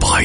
百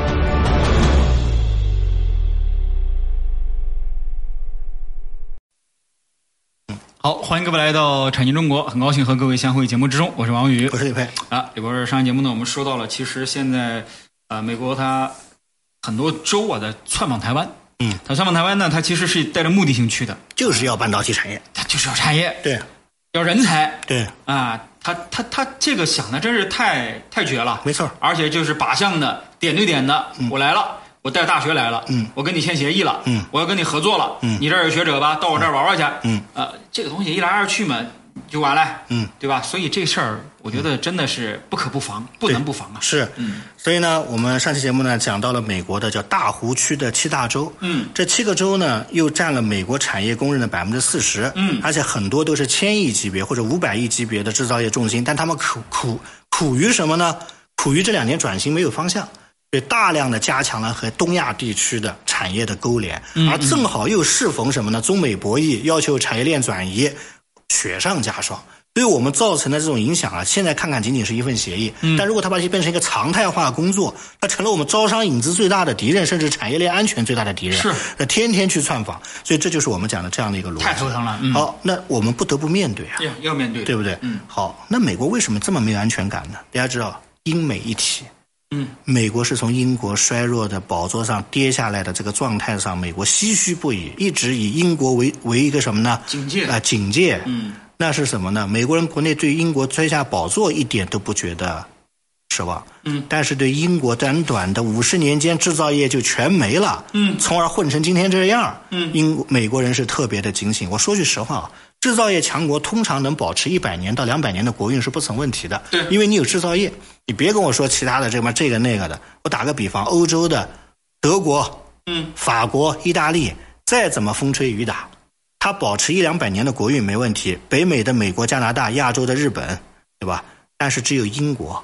好，欢迎各位来到《产经中国》，很高兴和各位相会节目之中，我是王宇，我是李佩。啊，李博士，上一节目呢，我们说到了，其实现在呃，美国它很多州啊在窜访台湾，嗯，它窜访台湾呢，它其实是带着目的性去的，就是要半导体产业，它就是要产业，对要人才，对，啊，他他他这个想的真是太太绝了，没错而且就是靶向的、点对点的，我来了。我带大学来了，嗯我跟你签协议了，嗯我要跟你合作了，嗯你这儿有学者吧，到我这儿玩玩去，嗯，呃，这个东西一来二去嘛，就完了，嗯，对吧？所以这事儿，我觉得真的是不可不防，不能不防啊。是。嗯，所以呢，我们上期节目呢讲到了美国的叫大湖区的七大洲，嗯这七个州呢又占了美国产业公认的百分之四十，嗯而且很多都是千亿级别或者五百亿级别的制造业重心，但他们苦苦苦于什么呢？苦于这两年转型没有方向。所以大量的加强了和东亚地区的产业的勾连，嗯而正好又适逢什么呢？中美博弈要求产业链转移，雪上加霜，对我们造成的这种影响啊，现在看看仅仅是一份协议，嗯但如果它把它变成一个常态化工作，它成了我们招商引资最大的敌人，甚至产业链安全最大的敌人。是，那天天去窜访，所以这就是我们讲的这样的一个逻辑。太头疼了嗯好，那我们不得不面对啊，要要面对，对不对？嗯，好，那美国为什么这么没有安全感呢？大家知道，英美一体。嗯，美国是从英国衰弱的宝座上跌下来的这个状态上，美国唏嘘不已，一直以英国为为一个什么呢？警戒啊、警戒。嗯，那是什么呢？美国人国内对英国摔下宝座一点都不觉得失望。嗯，但是对英国短短的五十年间制造业就全没了，嗯从而混成今天这样，嗯英美国人是特别的警醒。我说句实话啊，制造业强国通常能保持一百年到两百年的国运是不成问题的，对因为你有制造业，你别跟我说其他的这么这个那个的。我打个比方，欧洲的德国、嗯，法国、意大利再怎么风吹雨打，它保持一两百年的国运没问题。北美的美国、加拿大、亚洲的日本，对吧？但是只有英国，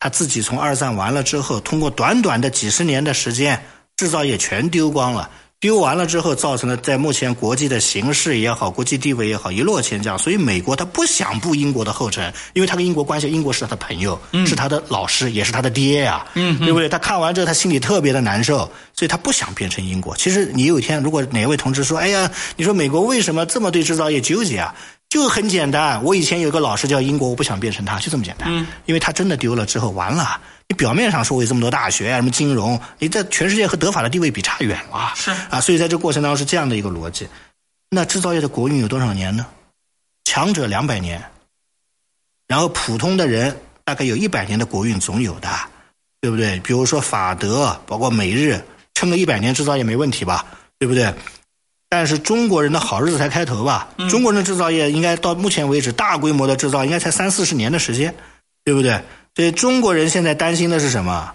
他自己从二战完了之后，通过短短的几十年的时间，制造业全丢光了。丢完了之后，造成了在目前国际的形势也好，国际地位也好，一落千丈。所以美国他不想步英国的后尘，因为他跟英国关系，英国是他的朋友，是他的老师，也是他的爹呀、嗯对不对？他看完之后，他心里特别的难受，所以他不想变成英国。其实你有一天，如果哪位同志说：“哎呀，你说美国为什么这么对制造业纠结啊？”就很简单，我以前有个老师叫英国，我不想变成他，就这么简单。因为他真的丢了之后，完了。你表面上说我有这么多大学啊，什么金融，你在全世界和德法的地位比差远了。是啊，所以在这过程当中是这样的一个逻辑。那制造业的国运有多少年呢？强者两百年，然后普通的人大概有一百年的国运总有的，对不对？比如说法德，包括美日，撑个一百年制造业没问题吧，对不对？但是中国人的好日子才开头吧？中国人的制造业应该到目前为止大规模的制造应该才三四十年的时间，对不对？所以中国人现在担心的是什么？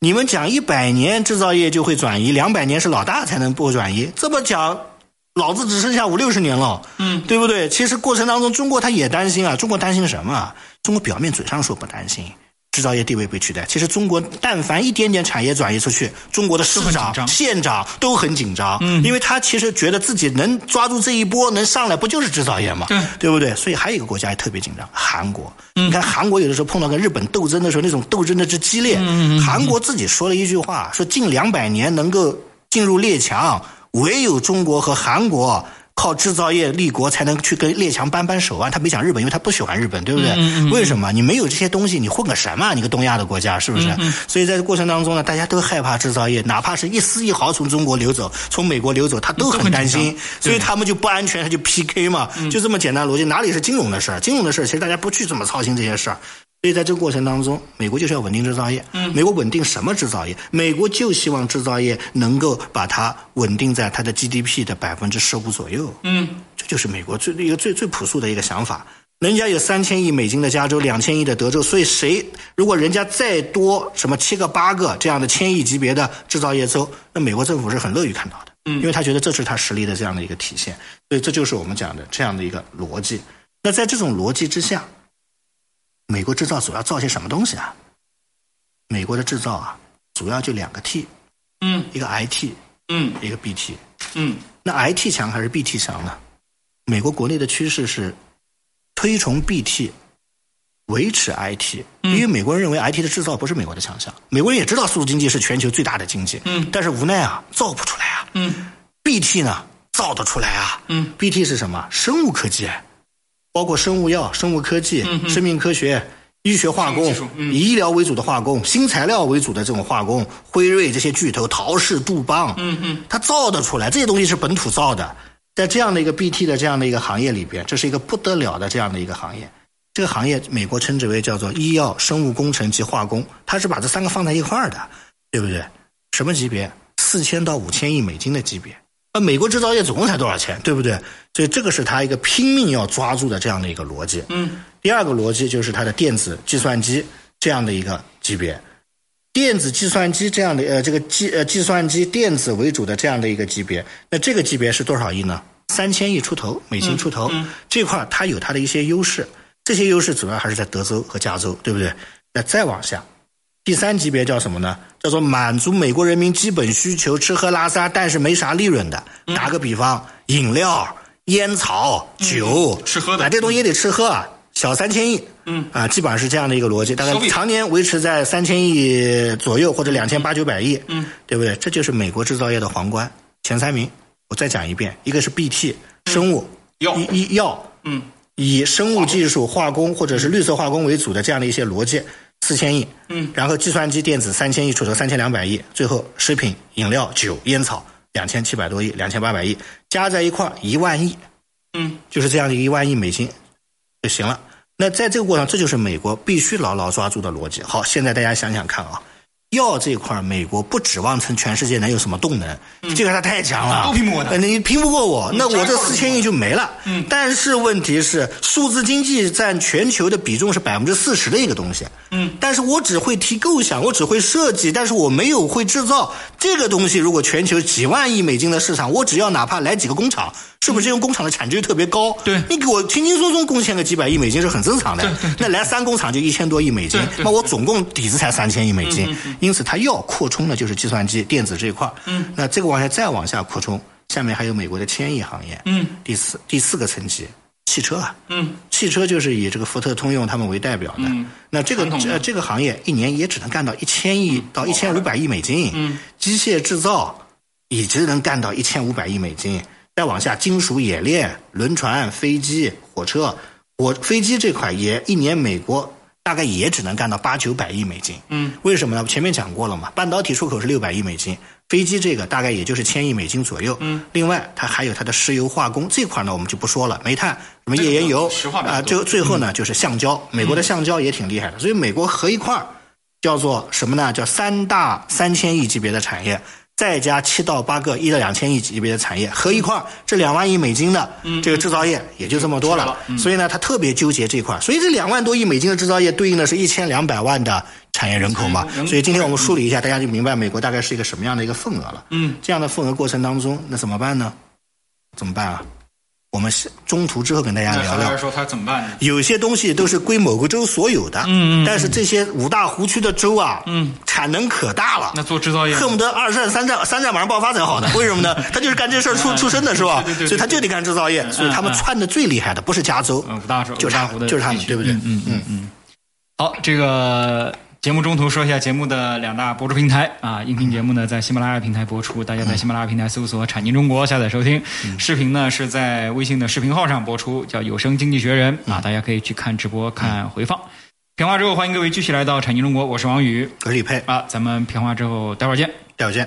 你们讲一百年制造业就会转移，两百年是老大才能不转移，这么讲，老子只剩下五六十年了，嗯，对不对？其实过程当中，中国他也担心啊，中国担心什么啊？中国表面嘴上说不担心。制造业地位被取代，其实中国但凡一点点产业转移出去，中国的市都很紧张长、县长都很紧张，嗯，因为他其实觉得自己能抓住这一波能上来，不就是制造业吗？对嗯对不对？所以还有一个国家也特别紧张，韩国。你看韩国有的时候碰到跟日本斗争的时候，那种斗争的之嗯激烈，韩国自己说了一句话，说近两百年能够进入列强，唯有中国和韩国。靠制造业立国才能去跟列强扳扳手腕，啊他没讲日本，因为他不喜欢日本，对不对？为什么？你没有这些东西，你混个什么啊？你个东亚的国家是不是？所以在这过程当中呢，大家都害怕制造业，哪怕是一丝一毫从中国流走，从美国流走，他都都很很担紧张心，所以他们就不安全，他就 PK 嘛，就这么简单逻辑，哪里是金融的事儿？金融的事儿其实大家不去怎么操心这些事儿。所以在这个过程当中，美国就是要稳定制造业。嗯，美国稳定什么制造业？美国就希望制造业能够把它稳定在它的 GDP 的百分之十五左右。嗯，这就是美国最一个最最朴素的一个想法。人家有三千亿美金的加州，两千亿的德州，所以谁如果人家再多什么七个八个这样的千亿级别的制造业州，那美国政府是很乐于看到的，嗯，因为他觉得这是他实力的这样的一个体现，所以这就是我们讲的这样的一个逻辑。那在这种逻辑之下，美国制造主要造些什么东西啊？美国的制造啊，主要就两个 T，嗯一个 IT，嗯一个 BT。嗯那 IT 强还是 BT 强呢？美国国内的趋势是推崇 BT，维持 IT，、因为美国人认为 IT 的制造不是美国的强项。美国人也知道数字经济是全球最大的经济，嗯但是无奈啊，造不出来啊。嗯 BT 呢，造得出来啊。嗯，BT 是什么？生物科技，包括生物药、生物科技、生命科学、医学嗯化生物工技术、嗯以医疗为主的化工、新材料为主的这种化工，辉瑞这些巨头、陶氏、杜邦，嗯嗯，它造得出来，这些东西是本土造的。在这样的一个 BT 的这样的一个行业里边，这是一个不得了的这样的一个行业。这个行业美国称之为叫做医药、生物工程及化工，它是把这三个放在一块儿的，对不对？什么级别？四千到五千亿美金的级别。那呃美国制造业总共才多少钱，对不对？所以这个是它一个拼命要抓住的这样的一个逻辑。嗯，第二个逻辑就是它的电子计算机这样的一个级别。电子计算机这样的呃，这个计呃计算机电子为主的这样的一个级别，那这个级别是多少亿呢？三千亿出头，美金嗯出头，这块儿它有它的一些优势，这些优势主要还是在德州和加州，对不对？那再往下，第三级别叫什么呢？叫做满足美国人民基本需求，吃喝拉撒，但是没啥利润的。嗯打个比方，饮料、烟草、酒，嗯吃喝的啊，这东西也得吃喝啊。小三千亿，嗯啊，基本上是这样的一个逻辑，大概消费常年维持在三千亿左右或者两千八九百亿，嗯，对不对？这就是美国制造业的皇冠前三名。我再讲一遍，一个是 BT 生物嗯药医医药，嗯，以生物技术、化工或者是绿色化工为主的这样的一些逻辑，四千亿。嗯，然后计算机电子三千亿出头，三千两百亿，最后食品、饮料、酒、烟草两千七百多亿，两千八百亿，加在一块一万亿，嗯就是这样的一万亿美金就行了。那在这个过程，这就是美国必须牢牢抓住的逻辑。好，现在大家想想看啊，药这块儿美国不指望成全世界能有什么动能，这个它太强了，都拼不过它呃你拼不过我，那我扎克这都四拼千亿就没了。嗯，但是问题是，数字经济占全球的比重是百分之四十的一个东西。嗯，但是我只会提构想，我只会设计，但是我没有会制造这个东西。如果全球几万亿美金的市场，我只要哪怕来几个工厂，是不是这种工厂的产值就特别高？对你给我轻轻松松贡献个几百亿美金是很正常的。对对那来三工厂就一千多亿美金对，对嗯那我总共底子才三千亿美金，因此它要扩充的就是计算机、电子这一块。嗯，那这个往下再往下扩充，下面还有美国的千亿行业。嗯，第四第四个层级，汽车啊，嗯汽车就是以这个福特、通用他们为代表的。那这个传统的嗯这这个行业一年也只能干到一千亿到一千五百亿美金。嗯，机械制造也只能干到一千五百亿美金。再往下，金属冶炼、轮船、飞机、火车，火飞机这块也一年美国大概也只能干到八九百亿美金。嗯，为什么呢？前面讲过了嘛，半导体出口是六百亿美金，飞机这个大概也就是千亿美金左右。嗯，另外它还有它的石油化工这块呢，我们就不说了，煤炭什么页岩油石化比较啊，多就最嗯后呢就是橡胶，美国的橡胶也挺厉害的，所以美国合一块儿叫做什么呢？叫三大三千亿级别的产业，再加七到八个一到两千亿级别的产业合一块儿，这两万亿美金的嗯这个制造业也就这么多知道了了。嗯所以呢，他特别纠结这块儿，所以这两万多亿美金的制造业对应的是一千两百万的产业人口嘛产业人。口所以今天我们梳理一下，大家就明白美国大概是一个什么样的一个份额了。嗯，这样的份额过程当中，那怎么办呢？怎么办啊？我们是中途之后跟大家那哎聊何老聊师说他怎么办呢？有些东西都是归某个州所有的，嗯但是这些五大湖区的州啊，嗯，产能可大了，那做制造业呢恨不得二战、三战、三战马上爆发才 好呢。为什么呢？他就是干这事儿出出身的是吧？啊对对对对所以他就得干制造业，所以他们串的最厉害的不是加州，嗯，五大州就是五大他湖们，的就是他地们，区对不对？嗯嗯嗯。好，这个节目中途说一下节目的两大播出平台啊，音频节目呢在喜马拉雅平台播出，大家在喜马拉雅平台搜索“产经中国”下载收听；视频呢是在微信的视频号上播出，叫“有声经济学人”啊，大家可以去看直播、看回放。片花之后，欢迎各位继续来到“产经中国”，我是王宇啊我是李佩，啊，咱们片花之后待会儿见。待会儿见。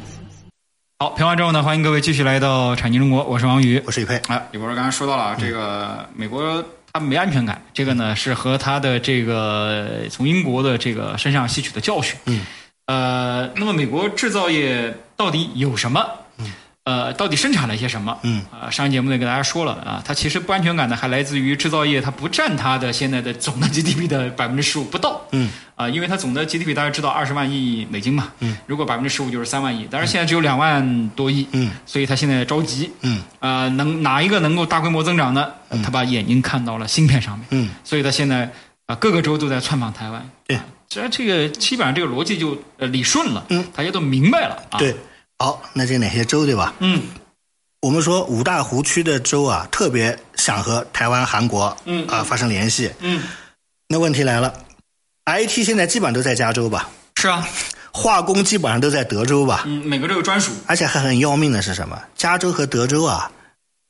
好，评完之后呢，欢迎各位继续来到产经中国，我是王宇我。是雨佩，啊，李博士刚才说到了啊，这个美国他没安全感，这个呢是和他的这个从英国的这个身上吸取的教训。嗯，呃，那么美国制造业到底有什么？呃，到底生产了些什么？嗯，啊，上一节目呢给大家说了啊，它其实不安全感呢还来自于制造业，它不占它的现在的总的 GDP 的百分之十五不到。嗯，啊，因为它总的 GDP 大家知道二十万亿美金嘛，嗯，如果百分之十五就是三万亿，但是现在只有两万多亿，嗯，所以它现在着急，嗯啊、能哪一个能够大规模增长呢？他把眼睛看到了芯片上面，嗯，所以他现在啊、各个州都在窜访台湾。对啊，这这个基本上这个逻辑就呃理顺了，嗯，大家都明白了啊。对，，好，那这哪些州对吧？嗯我们说五大湖区的州啊，特别想和台湾、韩国，嗯啊发生联系。嗯，那问题来了，IT 现在基本上都在加州吧，是啊，化工基本上都在德州吧，嗯，每个州有专属，而且还很要命的是什么？加州和德州啊，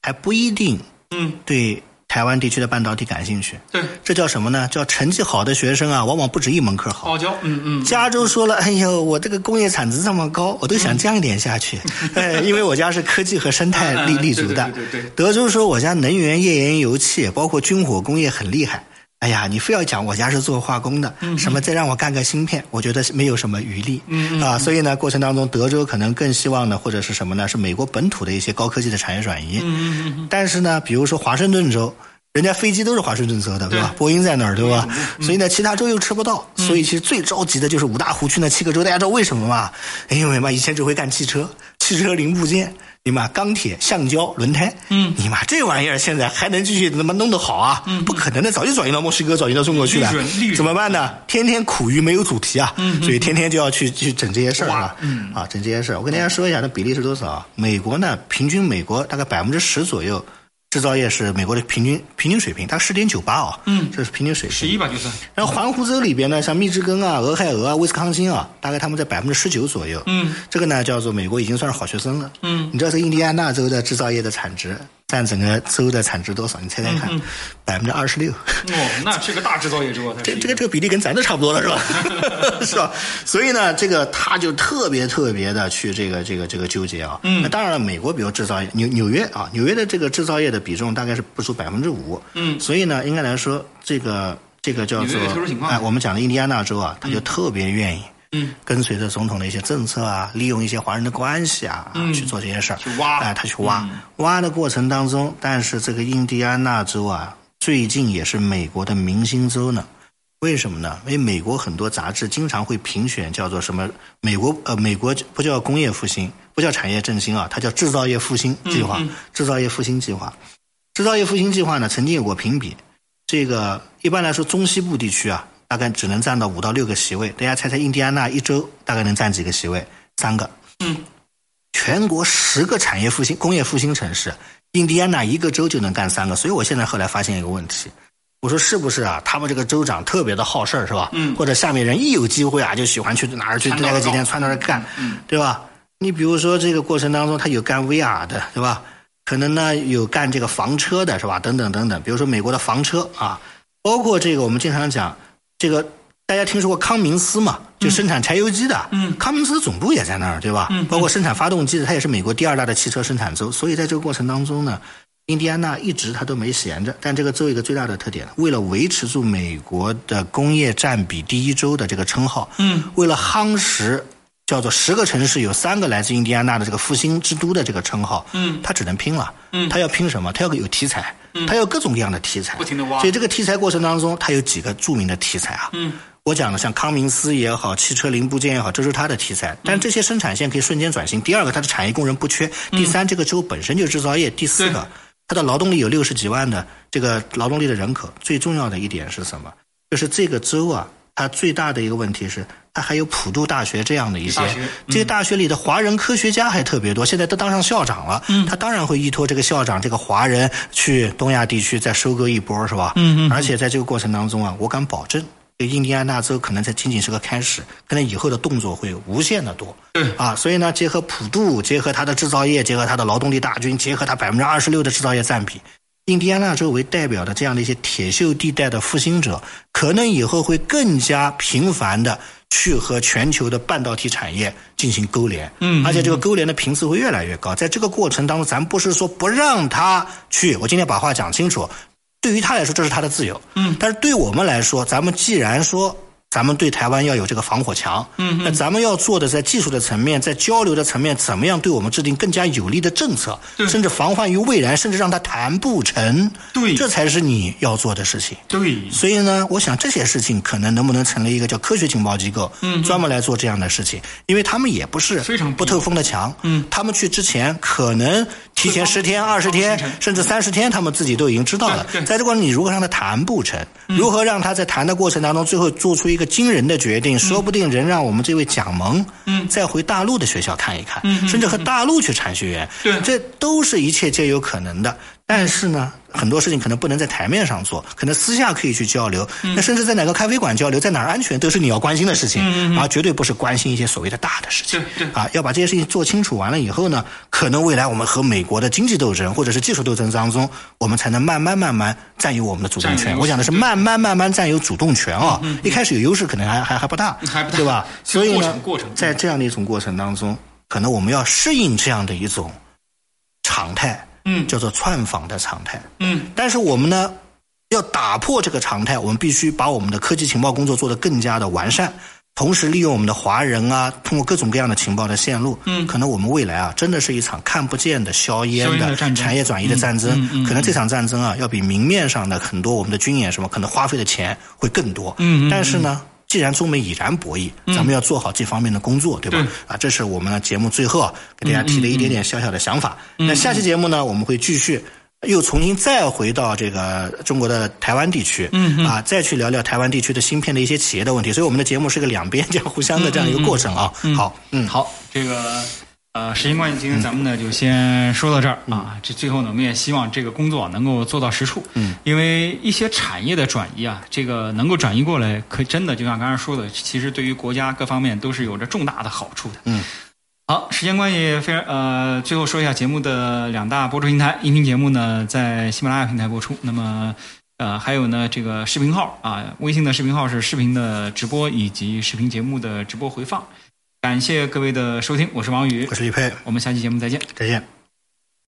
还不一定嗯，对台湾地区的半导体感兴趣。对，这叫什么呢？叫成绩好的学生啊，往往不止一门课好。傲娇，嗯嗯，加州说了，哎呦，我这个工业产值这么高，我都想降一点下 去，哎，因为我家是科技和生态立嗯嗯立足的。对对对对对德州说我家能源、页岩油气，包括军火工业很厉害。哎呀，你非要讲我家是做化工的，什么再让我干个芯片，我觉得是没有什么余力。嗯啊，所以呢，过程当中德州可能更希望呢，或者是什么呢？是美国本土的一些高科技的产业转移。嗯嗯嗯，但是呢，比如说华盛顿州，人家飞机都是华盛顿州的，对吧对？波音在哪儿，对吧？所以呢，其他州又吃不到，所以其实最着急的就是五大湖区那七个州，大家知道为什么吗？哎因为嘛，以前只会干汽车、汽车零部件。你妈钢铁、橡胶、轮胎，嗯，你妈这玩意儿现在还能继续他妈弄得好啊？不可能的，早就转移到墨西哥，转移到中国去了利润利，润怎么办呢？天天苦于没有主题啊，所以天天就要去去整这些事儿哇啊，啊，整这些事儿。我跟大家说一下，那比例是多少啊？美国呢，平均美国大概百分之十左右，制造业是美国的平均平均水平，它十点九八啊，嗯这是平均水平。十一吧就算，然后环湖州里边呢，像密芝根啊、俄亥俄啊、威斯康星啊，大概他们在百分之十九左右。嗯，这个呢叫做美国已经算是好学生了。嗯，你知道这个印第安纳州的制造业的产值占整个州的产值多少？你猜猜看，嗯百分之二十六。哦，那是个大制造业州啊，它这是一这个这个比例跟咱都差不多了，是吧？是吧？所以呢，这个他就特别特别的去这个这个这个纠结啊。嗯。那当然了，美国比如制造业，纽纽约啊，纽约的这个制造业的比重大概是不足百分之五。嗯所以呢，应该来说，这个这个叫纽做约的特殊情况哎，我们讲的印第安纳州啊，他就特别愿意。嗯跟随着总统的一些政策啊，利用一些华人的关系啊，啊嗯去做这些事儿，去挖嗯哎，他去挖、挖的过程当中，但是这个印第安纳州啊，最近也是美国的明星州呢。为什么呢？因为美国很多杂志经常会评选叫做什么美国呃美国不叫工业复兴，不叫产业振兴啊，它叫制造业复兴计嗯划。制造业复兴计划，制造业复兴计划呢曾经有过评比，这个一般来说中西部地区啊，大概只能占到五到六个席位。大家猜猜印第安纳一州大概能占几个席位？三个。嗯，全国十个产业复兴、工业复兴城市，印第安纳一个州就能干三个。所以我现在后来发现一个问题，我说是不是啊？他们这个州长特别的好事儿是吧？嗯或者下面人一有机会啊，就喜欢去哪儿去撺掇待个几天，着窜到那儿干，对吧？你比如说这个过程当中，他有干 VR 的，对吧？可能呢有干这个房车的，是吧？等等等等，比如说美国的房车啊，包括这个我们经常讲这个。大家听说过康明斯嘛？就生产柴油机的，嗯康明斯总部也在那儿，对吧？嗯包括生产发动机的，它也是美国第二大的汽车生产州。所以在这个过程当中呢，印第安纳一直它都没闲着。但这个州有一个最大的特点，为了维持住美国的工业占比第一州的这个称号，嗯，为了夯实叫做十个城市有三个来自印第安纳的这个复兴之都的这个称号，嗯它只能拼了，嗯它要拼什么？它要有题材，它要各种各样的题材，不停地挖所以这个题材过程当中，它有几个著名的题材啊，嗯，我讲的像康明斯也好，汽车零部件也好，这是它的题材。但嗯这些生产线可以瞬间转型。第二个，它的产业工人不缺；第三，这个州本身就是制造业；第四对个，它的劳动力有六十几万的这个劳动力的人口。最重要的一点是什么？就是这个州啊，它最大的一个问题是，它还有普渡大学这样的一些大学嗯，这个大学里的华人科学家还特别多。现在都当上校长了，嗯他当然会依托这个校长这个华人去东亚地区再收割一波，是吧？嗯嗯而且在这个过程当中啊，我敢保证。这印第安纳州可能才仅仅是个开始，可能以后的动作会无限的多。对啊，所以呢，结合普渡，结合它的制造业，结合它的劳动力大军，结合它百分之二十六的制造业占比，印第安纳州为代表的这样的一些铁锈地带的复兴者，可能以后会更加频繁的去和全球的半导体产业进行勾连，嗯而且这个勾连的频次会越来越高。在这个过程当中，咱不是说不让他去，我今天把话讲清楚，对于他来说这是他的自由，嗯但是对我们来说，咱们既然说咱们对台湾要有这个防火墙，嗯那咱们要做的在技术的层面，在交流的层面，怎么样对我们制定更加有利的政策，对甚至防患于未然，甚至让它谈不成，对这才是你要做的事情。对，所以呢，我想这些事情可能能不能成立一个叫科学情报机构，嗯，专门来做这样的事情，因为他们也不是非常不透风的墙，嗯，他们去之前可能提前十天、二十天，甚至三十天，他们自己都已经知道了对对。在这过程，你如何让他谈不成，如何让他在谈的过程当中，最后做出一个惊人的决定，说不定能让我们这位蒋蒙，嗯，再回大陆的学校看一看，甚至和大陆去产学研，对这都是一切皆有可能的。但是呢，很多事情可能不能在台面上做，可能私下可以去交流。那甚至在哪个咖啡馆交流，在哪儿安全，都是你要关心的事情，啊，绝对不是关心一些所谓的大的事情。对对啊，要把这些事情做清楚完了以后呢，可能未来我们和美国的经济斗争或者是技术斗争当中，我们才能慢慢慢慢占有我们的主动占有权。优势嗯我讲的是慢慢慢慢占有主动权啊、一开始有优势可能还还还不大，还不大对吧？是个所以过呢程过程，在这样的一种过程当中，可能我们要适应这样的一种常态，嗯叫做窜访的常态。嗯但是我们呢，要打破这个常态，我们必须把我们的科技情报工作做得更加的完善，同时利用我们的华人啊，通过各种各样的情报的线路，嗯，可能我们未来啊，真的是一场看不见的硝烟硝烟的的战争产业转移的战争，嗯嗯嗯可能这场战争啊，要比明面上的很多我们的军演什么，可能花费的钱会更多，嗯嗯嗯嗯但是呢。既然中美已然博弈，咱们要做好这方面的工作，对吧？对啊，这是我们呢节目最后啊嗯给大家提的一点点小小的想法。那下期节目呢，我们会继续又重新再回到这个中国的台湾地区，嗯啊，再去聊聊台湾地区的芯片的一些企业的问题。所以我们的节目是个两边这样互相的这样嗯一个过程啊。好，嗯，好，这个呃，时间关系，今天咱们呢就先说到这儿啊。这最后呢，我们也希望这个工作能够做到实处，嗯，因为一些产业的转移啊，这个能够转移过来，可真的就像刚才说的，其实对于国家各方面都是有着重大的好处的，嗯。好，时间关系，非常呃，最后说一下节目的两大播出平台，音频节目呢在喜马拉雅平台播出，那么呃，还有呢，这个视频号啊，微信的视频号是视频的直播以及视频节目的直播回放。感谢各位的收听，我是王宇我，是李佩，我们下期节目再见。再见。